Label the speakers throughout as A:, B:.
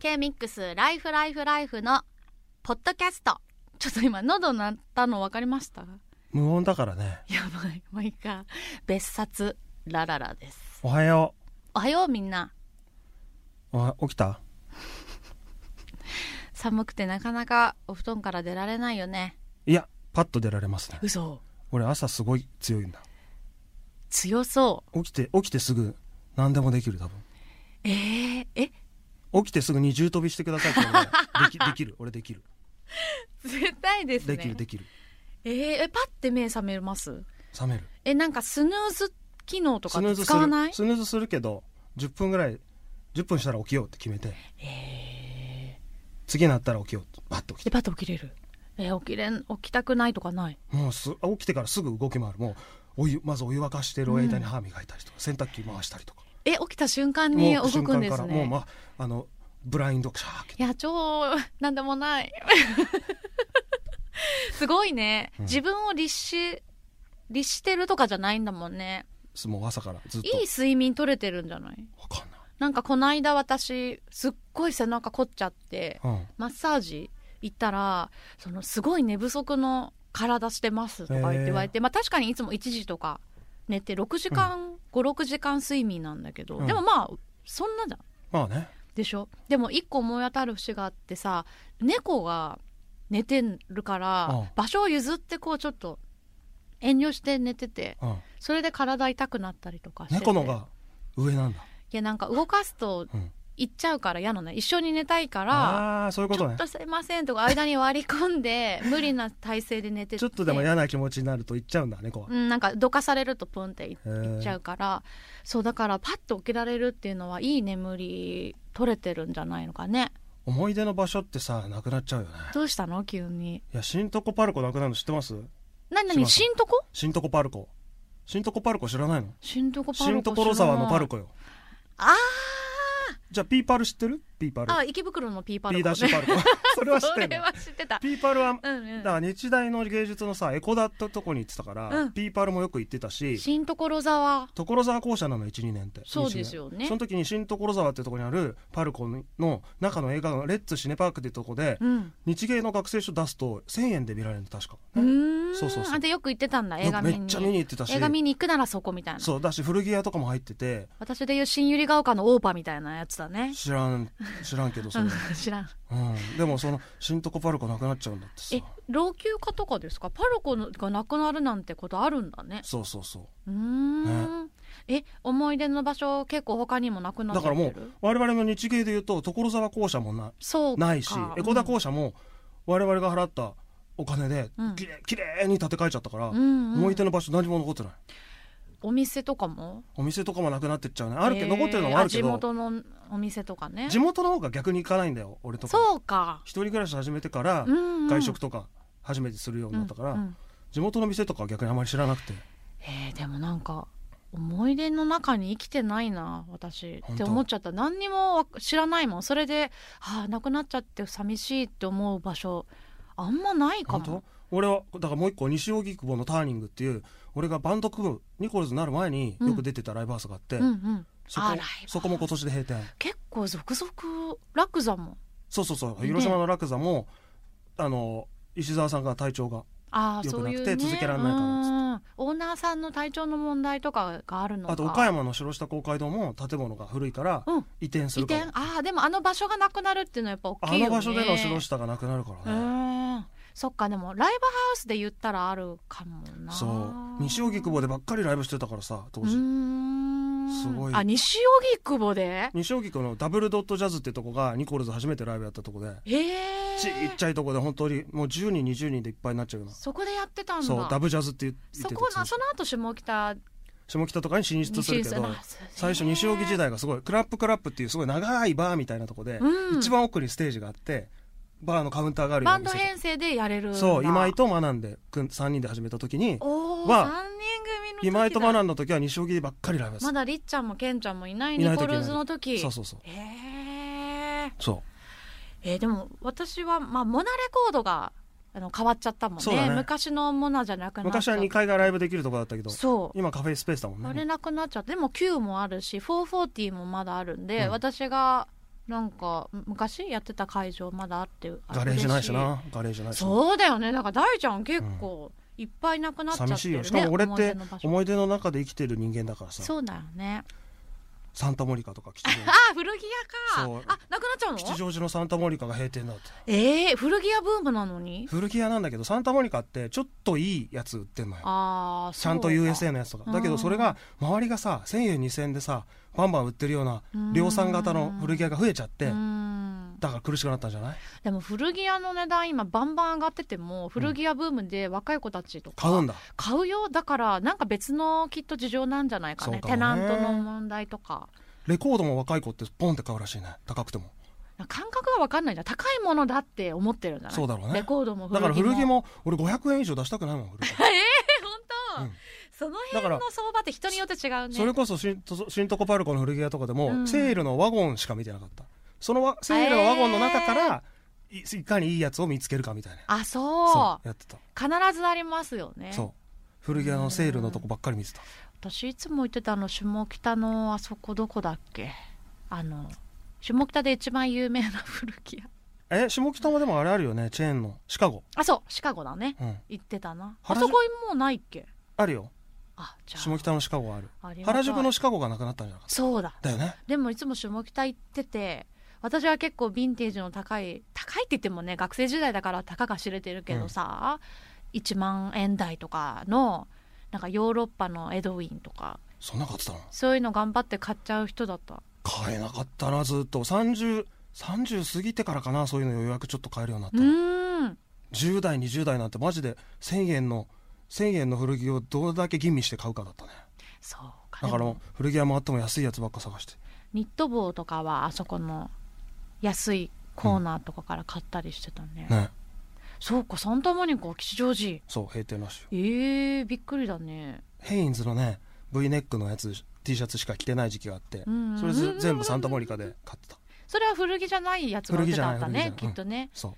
A: K ミックスライフライフライフのポッドキャストちょっと今喉鳴ったの分かりました
B: 無音だからね
A: やばいもういいか別冊ラララです
B: おはよ
A: おはようみんな
B: うおは起きた
A: 寒くてなかなかお布団から出られないよね
B: いやパッと出られますね
A: 嘘
B: 俺朝すごい強いんだ
A: 強そ
B: 起きて起きてすぐ何でもできる多分
A: うえー、え
B: 起きてすぐに重飛びしてくださいって俺できできる俺できる
A: 絶対ですね
B: できるできる
A: えー、えパッて目覚めます
B: 冷める
A: えなんかスヌーズ機能とか
B: スヌーズす
A: 使わない
B: るスヌーズするけど10分ぐらい10分したら起きようって決めて次になったら起きようってバッと起き
A: でパッと起きれるえー起きれん起きたくないとかない
B: てもうすあ起きてからすぐ動き回るもうお湯まずお湯沸かしてる間に歯磨いたりとか、洗濯機回したりとか
A: え起きた瞬間に
B: もう
A: 動
B: 瞬
A: くん
B: 間
A: で
B: か
A: す
B: ら
A: ね
B: もうまあのブラインドシャーッ
A: いや超なんでもない すごいね、
B: うん
A: 自分を律し律してるとかじゃないんだもんね
B: もう朝からずっと
A: いい睡眠取れてるんじゃない
B: わかんない
A: なんかこないだ私すっごい背中凝っちゃって
B: うん
A: マッサージ行ったらそのすごい寝不足の体してますとか言って言われて、まあ、確かにいつも1時とか寝て6時間、56時間睡眠なんだけど、
B: うん
A: でもまあそんなじゃん
B: まあね
A: でしょでも一個思い当たる節があってさ猫が寝てるから、
B: うん
A: 場所を譲ってこうちょっと遠慮して寝てて
B: うん
A: それで体痛くなったりとかしてて
B: 猫のが上なんだ
A: いやなんか動かすと
B: うん
A: 行っちゃうから嫌なのね一緒に寝たいから
B: ああーそういうこ
A: ち
B: と
A: ょ
B: ね
A: っとすいませんとか間に割り込ん で無理な体勢で寝てて
B: ちょっとでも嫌な気持ちになると言っちゃうんだ猫は
A: うん、なんかどかされるとプンってい
B: へー
A: いっちゃうからそうだからパッと起きられるっていうのはいい眠り取れてるんじゃないのかね
B: 思い出の場所ってさなくなっちゃうよね
A: どうしたの急に
B: いや新とこパルコなくなるの知ってます
A: なにな
B: すい
A: に
B: ません
A: 新とこ
B: 新とこパルコ新とこパルコ知らないの
A: 新とこパルコ
B: 新所沢のパル
A: コ
B: コよ
A: あ
B: じゃあピーパル知ってるピーパル
A: ーあ池袋のピーパ
B: ピ
A: ル
B: ー
A: コ
B: ダッシュパルコ それは知 っ
A: そ
B: てん
A: れ
B: の
A: は知ってた
B: ピーパルは
A: うんうん
B: だから日大の芸術のさエコダってとこに行ってたから、
A: うん
B: ピーパルもよく行ってたし
A: 新所沢
B: 所沢校舎なの12年って
A: そうですよね
B: その時に新所沢ってとこにあるパルコの中の映画館レッツシネパークってとこで、
A: うん
B: 日芸の学生証出すと1000円で見られるの確か、
A: うーん
B: そうそうそう
A: あでよく行ってたんだ映画見
B: め
A: に
B: っちゃ見に行ってたし
A: 映画見に行くならそこみたいな
B: そうだし古着屋とかも入ってて
A: 私でいう新百合ヶ丘のオーパーみたいなやつだね
B: 知らん知らんけどそれ、
A: うん知らん
B: うん、でもその新所パルコなくなっちゃうんだってさ
A: え老朽化とかですかパルコのがなくなるなんてことあるんだね
B: そうそうそう
A: ーん、え思い出の場所結構他にもなくなっ
B: だ
A: ち
B: か
A: ゃっ
B: ら
A: て
B: もう
A: る
B: 我々の日芸でいうと所沢校舎もな
A: そうか
B: ないしエコダ校舎も我々が払ったお金で
A: うん
B: きれいきれいに建て替えちゃったから、
A: うんうん
B: 思い出の場所何も残ってない
A: お店とかも
B: お店とかもなくなってっちゃうねあるけど、
A: えー
B: 残ってるのもあるけど
A: 地元のお店とかね
B: 地元の方が逆に行かないんだよ俺とか
A: そうか
B: 一人暮らし始めてから
A: うんうん
B: 外食とか初めてするようになったから、
A: うんうん
B: 地元の店とかは逆にあまり知らなくて
A: えーでもなんか思い出の中に生きてないな私
B: 本当
A: って思っちゃった何にもわ知らないもんそれで、はあ、なくなっちゃって寂しいって思う場所あんまないか
B: 本
A: も
B: 当俺はだからもう一個西荻窪のターニングっていう俺がバンド組むニコルズになる前によく出てたライブハウスがあって、
A: うんうん
B: そこ
A: あライブハウス
B: そこも今年で閉店
A: 結構続々楽座も
B: そうそうそう
A: ね
B: 広島の落座も、あの石澤さんが体調が
A: ああ
B: 良く
A: そ
B: なく
A: う
B: て
A: いう、ね、
B: 続けられないからっつって
A: うんオーナーさんの体調の問題とかがあるのか
B: あと岡山の城下公会堂も建物が古いから
A: うん
B: 移転す
A: 移
B: るか
A: 転
B: ら、
A: ああでもあの場所がなくなるっていうのはやっぱ大
B: あ
A: きいよね
B: の場所での城下がなくなるからね、
A: うんそっかでもライブハウスで言ったらあるかもな
B: そう西荻窪でばっかりライブしてたからさ当
A: う
B: 時、
A: ーん
B: すごい
A: あ西荻窪で
B: 西荻窪のダブルドットジャズってとこがニコルズ初めてライブやったとこで
A: へ
B: ち
A: え
B: っちゃいとこで本当にもう10人20人でいっぱいになっちゃうような
A: そこでやってたんだ
B: そうダブジャズって言って
A: そ
B: た
A: こな
B: やつ
A: その後下北
B: 下北とかに進出するけど最初西荻時
A: 代
B: 代がすごいクラップクラップっていうすごい長いバーみたいなとこで、
A: うん
B: 一番奥にステージがあってバーのカウンターがあるよう
A: バ
B: な
A: ンド
B: 店
A: 編成でやれるんだ
B: そう今井と学んでくん3人で始めた時に
A: おお
B: は
A: 3人組の時だ
B: 今井と学んの時は西荻ばっかりライブです
A: まだりっちゃんもけんちゃんもいない
B: いない
A: ニ
B: 時
A: コルズの時
B: そうそうそう
A: へえ
B: そ
A: えーでも私は、まあ、モナレコードがあの変わっちゃったもん
B: そう
A: ね
B: だね
A: 昔のモナじゃなくなっ
B: う
A: ちゃっ
B: 昔
A: た
B: は2階がライブできるとこだったけど
A: そう
B: 今カフェスペースだもん
A: あ
B: ね
A: れなくなっちゃってでも Q もあるし440もまだあるんで、
B: うん
A: 私がなんか昔やってた会場まだあって
B: ガレージないしなガレージないしな
A: そうだよねだから大ちゃん結構いっぱいなくなっちゃってるね、
B: 寂しいよしかも俺って
A: の場所
B: 思い出の中で生きてる人間だからさ
A: そうだよね
B: サンタモニカとか吉祥
A: あ古着屋
B: そう
A: かあなくなっちゃう
B: 吉
A: の
B: 祥寺のサンタモニカが閉店だって
A: えー、古着屋ブームなのに
B: 古着屋なんだけどサンタモニカってちょっといいやつ売ってんのよ
A: ああ
B: ちゃんと USA のやつとかだけどそれが周りがさ1000円2000円でさバンバン売ってるような量産型の古着屋が増えちゃって
A: うん
B: だから苦しくなったんじゃない
A: でも古着屋の値段今バンバン上がってても古着屋ブームで若い子たちとか
B: 買うんだ
A: 買うよだからなんか別のきっと事情なんじゃないか
B: そう
A: ね
B: かもね
A: テナントの問題とか
B: レコードも若い子ってポンって買うらしいね高くても
A: 感覚が分かんないじゃん高いものだって思ってるんじゃない
B: そうだろうね
A: レコードも古
B: だ
A: 着も
B: から 古着も俺500円以上出したくないもん古着
A: 本当、
B: うん
A: その辺の相場って人によって違うね
B: それこそ新新とこパルコの古着屋とかでも、
A: うん
B: セールのワゴンしか見てなかったそのわセールのワゴンの中から、いいかにいいやつを見つけるかみたいな
A: あそう
B: そうやってた
A: 必ずありますよね
B: そう古着屋のセールのとこばっかり見てた
A: 私いつも行ってたあの下北のあそこどこだっけあの下北で一番有名な古着屋
B: え下北もでもあれあるよねチェーンのシカゴ
A: あそうシカゴだね
B: うん
A: 行ってたなあ
B: 原宿
A: そこもうないっけ
B: あるよ
A: あじゃあ
B: 下北のシカゴはある
A: ありがたい
B: 原宿のシカゴがなくなったんじゃなかっ
A: そうだ
B: ただよね
A: でもいつも下北行ってて私は結構ヴィンテージの高い高いって言ってもね学生時代だから高が知れてるけどさ、1万円台とかのなんかヨーロッパのエドウィンとか
B: そんな買ってたの
A: そういうの頑張って買っちゃう人だった
B: 買えなかったなずっと3030過ぎてからかなそういうの予約ちょっと買えるようになった
A: う
B: の
A: ーん
B: 10代20代なんてマジで1000円の1000円の古着をどれだけ吟味して買うかだったね
A: そうか
B: だか
A: で
B: らも
A: も
B: う古着屋回っても安いやつばっか探して
A: ニット帽とかはあそこの安いコーナーとかから買ったりしてたね、
B: ね
A: そうかサンタモニカ吉祥寺
B: そう閉店らしいよ
A: えー、びっくりだね
B: ヘインズのね V ネックのやつ T シャツしか着てない時期があって
A: うんうん
B: それず全部サンタモニカで買ってた
A: それは古着じゃないやつが売ってたんだねき
B: 古着じゃない古着じゃない
A: っとね、
B: そう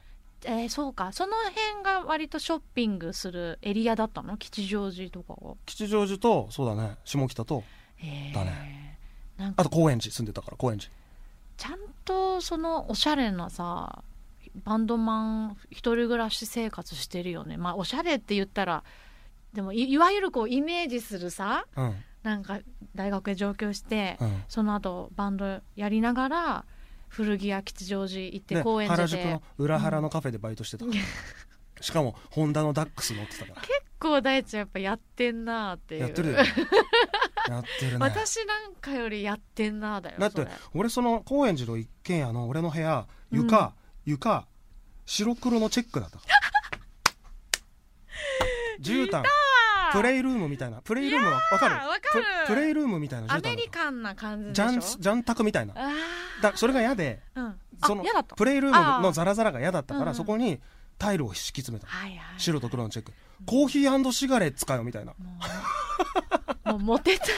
A: えーそうかその辺が割とショッピングするエリアだったの吉祥寺とかは
B: 吉祥寺とそうだね下北と
A: へー
B: だね
A: なんか
B: あと高円寺住んでたから高円寺
A: ちゃんとそのおしゃれなさバンドマン一人暮らし生活してるよねまあおしゃれって言ったらでもいいわゆるこうイメージするさ
B: うん
A: なんか大学へ上京して、
B: うん
A: その後バンドやりながら古着屋吉祥寺行って
B: で
A: 公園寺
B: 原
A: で
B: 宿
A: 結
B: の裏原のカフェでバイトしてた、しかもホンダのダックス乗ってたから
A: 構大ちゃんやっぱやってんなーっていう
B: やってるよやってるね
A: 私なんかよりやってんなーだよ
B: だって
A: それ
B: 俺その高円寺の一軒家の俺の部屋床、床白黒のチェックだったから 絨毯プレイルームみたいなプレイルームはわかる
A: わかる
B: ププレイルームみたいな
A: ア
B: 絨毯だ
A: メリ
B: った
A: カンな感じでし
B: ジ
A: ょ
B: ャンジャンタクみたいな
A: あ
B: だそれが嫌で
A: ーうん
B: そ
A: あ
B: の
A: 嫌だった
B: プレイルームのザラザラが嫌だったか
A: うんう
B: ら
A: ん
B: そこにタイルを敷き詰めた
A: はいはい
B: 白と黒のチェックコーヒーシガレッツかよみたいな
A: もう もうモテたい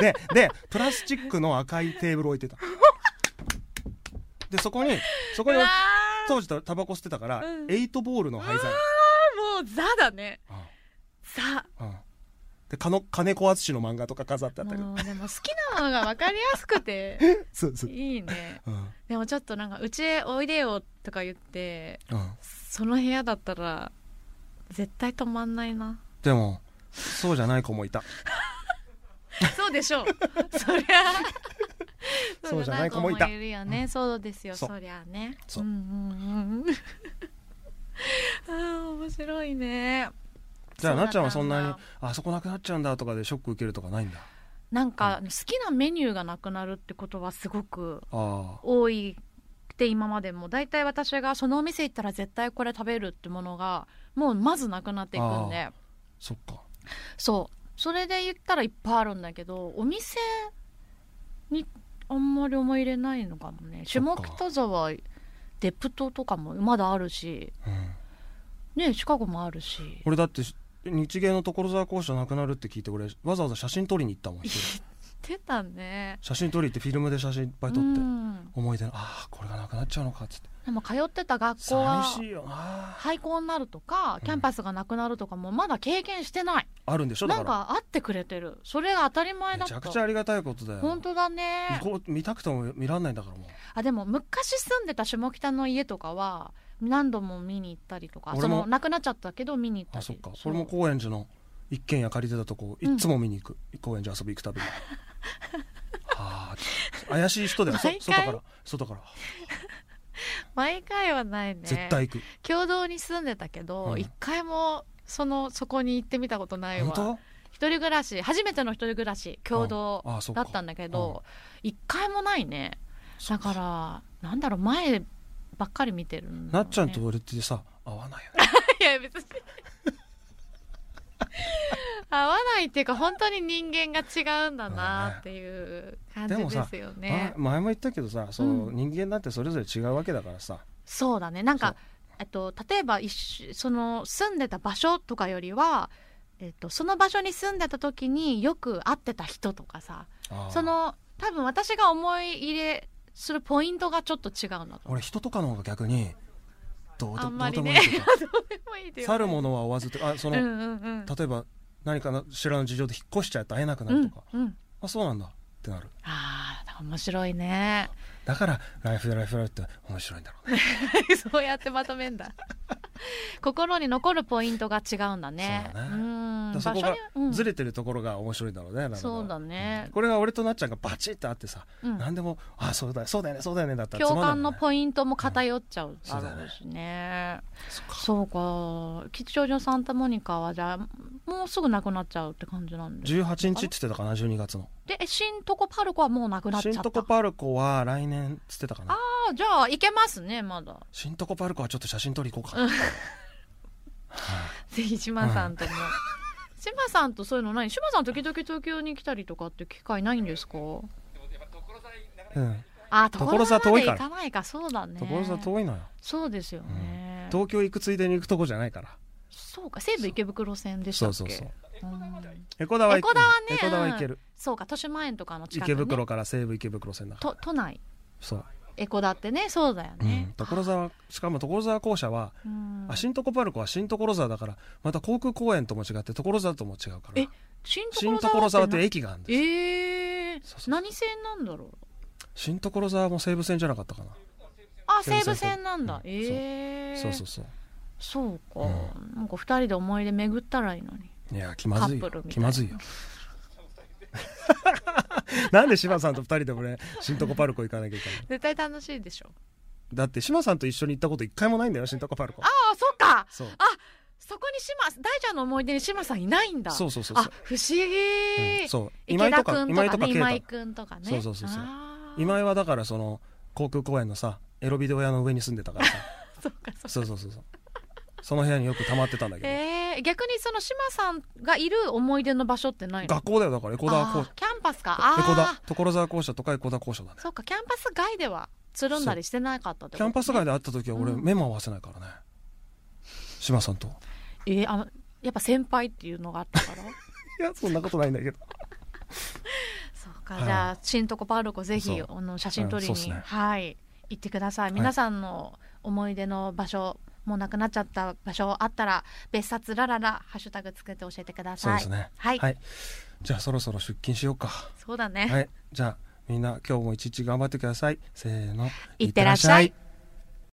B: ででプラスチックの赤いテーブル置いてたでそこにそこ に
A: うわ
B: 当時タバコ吸ってたから、
A: うん
B: エイトボールの廃材、
A: ーもうザだねザ
B: うんうんでかの金子淳の漫画とか飾ってあったけど、
A: もうでも好きなものが分かりやすく て
B: そうそう、
A: いいね
B: うん
A: でもちょっとなんかうちへおいでよとか言って
B: うん、
A: その部屋だったら絶対止まんないな
B: でもそうじゃない子もいた
A: そうでしょう そりゃ
B: そうじゃない子もい
A: そ
B: た
A: うじゃな子るよね、そうですよ
B: そう
A: そりゃね
B: そうん
A: うん うんあー面白いね
B: じゃあ
A: そうだったんだ
B: なっちゃんはそんなにあそこなくなっちゃうんだとかでショック受けるとかないんだ
A: なんか好きなメニューがなくなるってことはすごく
B: あ
A: 多いって今までも大体私がそのお店行ったら絶対これ食べるってものがもうまずなくなっていくんで
B: あーそっか
A: そうそれで言ったらいっぱいあるんだけどお店にあんまり思い入れないのかもね
B: そ
A: 下
B: っか
A: 北沢デプトとかもまだあるし
B: うん
A: ねシカゴもあるし
B: 俺だって日芸の所沢講師なくなるって聞いて俺わざわざ写真撮りに行ったもん一 人
A: 出たね
B: 写真撮り行ってフィルムで写真いっぱい撮って、
A: うん
B: 思い出のああこれがなくなっちゃうのかっつって
A: でも通ってた学校
B: 寂
A: が
B: しいよな
A: 廃校になるとか
B: うん
A: キャンパスがなくなるとかもまだ経験してない、
B: あるんでしょだ
A: な
B: か
A: ん
B: ら
A: か会ってくれてるそれが当たり前
B: め
A: だっ
B: ち
A: た
B: ゃくちゃありがたいことだよ
A: 本当だね
B: こう見たくても見らんないんだからもう
A: あでも昔住んでた下北の家とかは何度も見に行ったりとか
B: 俺
A: そ
B: も
A: のなくなっちゃったけど見に行った
B: あ
A: り
B: そっか
A: う
B: これも高円寺の一軒家借りてたとこいっつも見に行く、高円寺遊び行くたび にはあ怪しい人 だよそ
A: 毎
B: 外
A: 回
B: から外から、
A: 毎回はないね
B: 絶対行く
A: 共同に住んでたけど
B: うん
A: 一、回もそのそこに行ってみたことないわ
B: 本当
A: 一人暮らし初めての一人暮らし共同
B: うんあそっ
A: だ
B: か
A: ったんだけど一、回もないねだからなんだろう前ばっかり見てるんだろ
B: な
A: うね、
B: っちゃんと俺ってさ合わないよね
A: いや別に合わないっていうか本当に人間が違うんだなっていう感じ
B: でもさ
A: ですよね
B: あ前も言ったけどさその、
A: う
B: 人間だってそれぞれ違うわけだからさ
A: そうだねなん
B: そう
A: かえっと例えば一緒その住んでた場所とかよりは、えっと、その場所に住んでた時によく会ってた人とかさ
B: あー
A: その多分私が思い入れするポイントがちょっと違うん だと
B: 俺人とかの方が逆にどうで
A: あんまり
B: どうでもい
A: ね
B: いというか
A: でもいいです
B: 去る者は追わずってあそ
A: うんう
B: の、
A: んうん
B: 例えば何かの知らぬ事情で引っ越しちゃって会えなくなるとか、
A: うんうん、
B: あそうなんだってなる
A: あー面白いね
B: だからライフライフライフって面白いんだろうね
A: そうやってまとめんだ心に残るポイントが違うんだね
B: そうだね
A: ん
B: だからそこ
A: 場
B: が
A: 所にうん
B: ずれてるところが面白いんだろうねなんか
A: そうだね
B: これが俺となっちゃんがバチッとあってさ、
A: うん
B: 何でも「あそうだよそうだよねそうだよね」だったらつ
A: 共
B: ま
A: 感
B: んな
A: の
B: いもんね、
A: ポイントも偏っちゃう
B: そ
A: だ
B: うだね
A: ろうしね。
B: そっか
A: そうか。吉祥寺のサンタモニカはじゃあもうすぐなくなっちゃうって感じなんで。
B: 18日って言ってたかな12月の
A: でえ新とこパルコはもうなくなっちゃっ
B: 新
A: た。
B: とこパルコは来年って言ってたかな
A: あじゃあ行けますねまだ。
B: 新とこパルコはちょっと写真撮り行こうか、
A: ぜひ島さんとも。島さんとそういうのない島さん時々東京に来たりとかって機会ないんですか
B: うん、
A: あ
B: 所
A: 所沢
B: 沢遠
A: ま
B: い
A: で
B: から
A: 行かないかそうだね
B: 所沢遠いのよ、
A: そうですよね、
B: 東京行くついでに行くとこじゃないから
A: そうか西武池袋線でした
B: そ
A: っ
B: う
A: け
B: そうそう
A: うん
B: 江古田は
A: 江古田はね
B: うん江古田は行ける、
A: そうか豊島園とかの近く、ね、
B: 池袋から西武池袋線だ
A: と都内
B: そう、
A: エコだってねそうだよ
B: うん
A: ね、、
B: 所沢しかも所沢校舎は、
A: うん
B: あ新所パルコは新所沢だからまた航空公園とも違って所沢とも違うから
A: え新
B: 新所沢って
A: な
B: 駅があるんです
A: えー
B: そうそう
A: 何線なんだろう
B: 新所沢も西武線じゃなかったかな、
A: あ
B: 西武線
A: 西武線なんだ、
B: うん
A: ええー、
B: そうそうそう
A: そうか、なんか二人で思い出巡ったらいいのに
B: いや気まずい
A: カッ
B: よ
A: プルみた
B: 気
A: いな
B: まずいよ なんで島さんと二人で俺新所パルコ行かなきゃいけないの
A: 絶対楽しいでしょ
B: だって島さんと一緒に行ったこと一回もないんだよ新所パルコ
A: ああそっか
B: そう
A: そこに島大ちゃんの思い出に島さんいないんだ
B: そうそうそうそう
A: あ不思議、
B: うんそう今
A: 池
B: 井
A: 田
B: と
A: く
B: か
A: ん
B: 今井と
A: とか
B: か
A: ね
B: 啓
A: 今井
B: 太
A: くんとかね
B: そうそうそうそう
A: あー
B: 今井はだからその航空公園のさエロビデオ屋の上に住んでたからさ
A: そうかそうか
B: そうそうそうそうその部屋によく溜まってたんだけど、
A: えー、逆にその島さんがいる思い出の場所ってないの
B: 学校だよだから江古田はこう
A: あーキャンパスか
B: 江古田
A: ああ
B: 所沢校舎とか江古田校舎だね
A: そうかキャンパス外ではつるんだりしてなかったってこと、ね、
B: キャンパス外で会った時は俺
A: うん
B: 目も合わせないからね、島さんと
A: えー、あのやっぱ先輩っていうのがあったから
B: いやそんなことないんだけど
A: そう
B: は
A: か
B: い
A: じゃあ新とこパルコぜひ
B: そう
A: あの写真撮りに、
B: うんそうっすね
A: はい行ってください皆さんの思い出の場所、もうなくなっちゃった場所あったら別冊ラララハッシュタグつけて教えてくだ
B: そ
A: さ
B: うで
A: い
B: すね
A: はい、
B: じゃあそろそろ出勤しようか
A: そうだね、
B: はいじゃあみんな今日も一日頑張ってくださいせーの
A: いってらっしゃい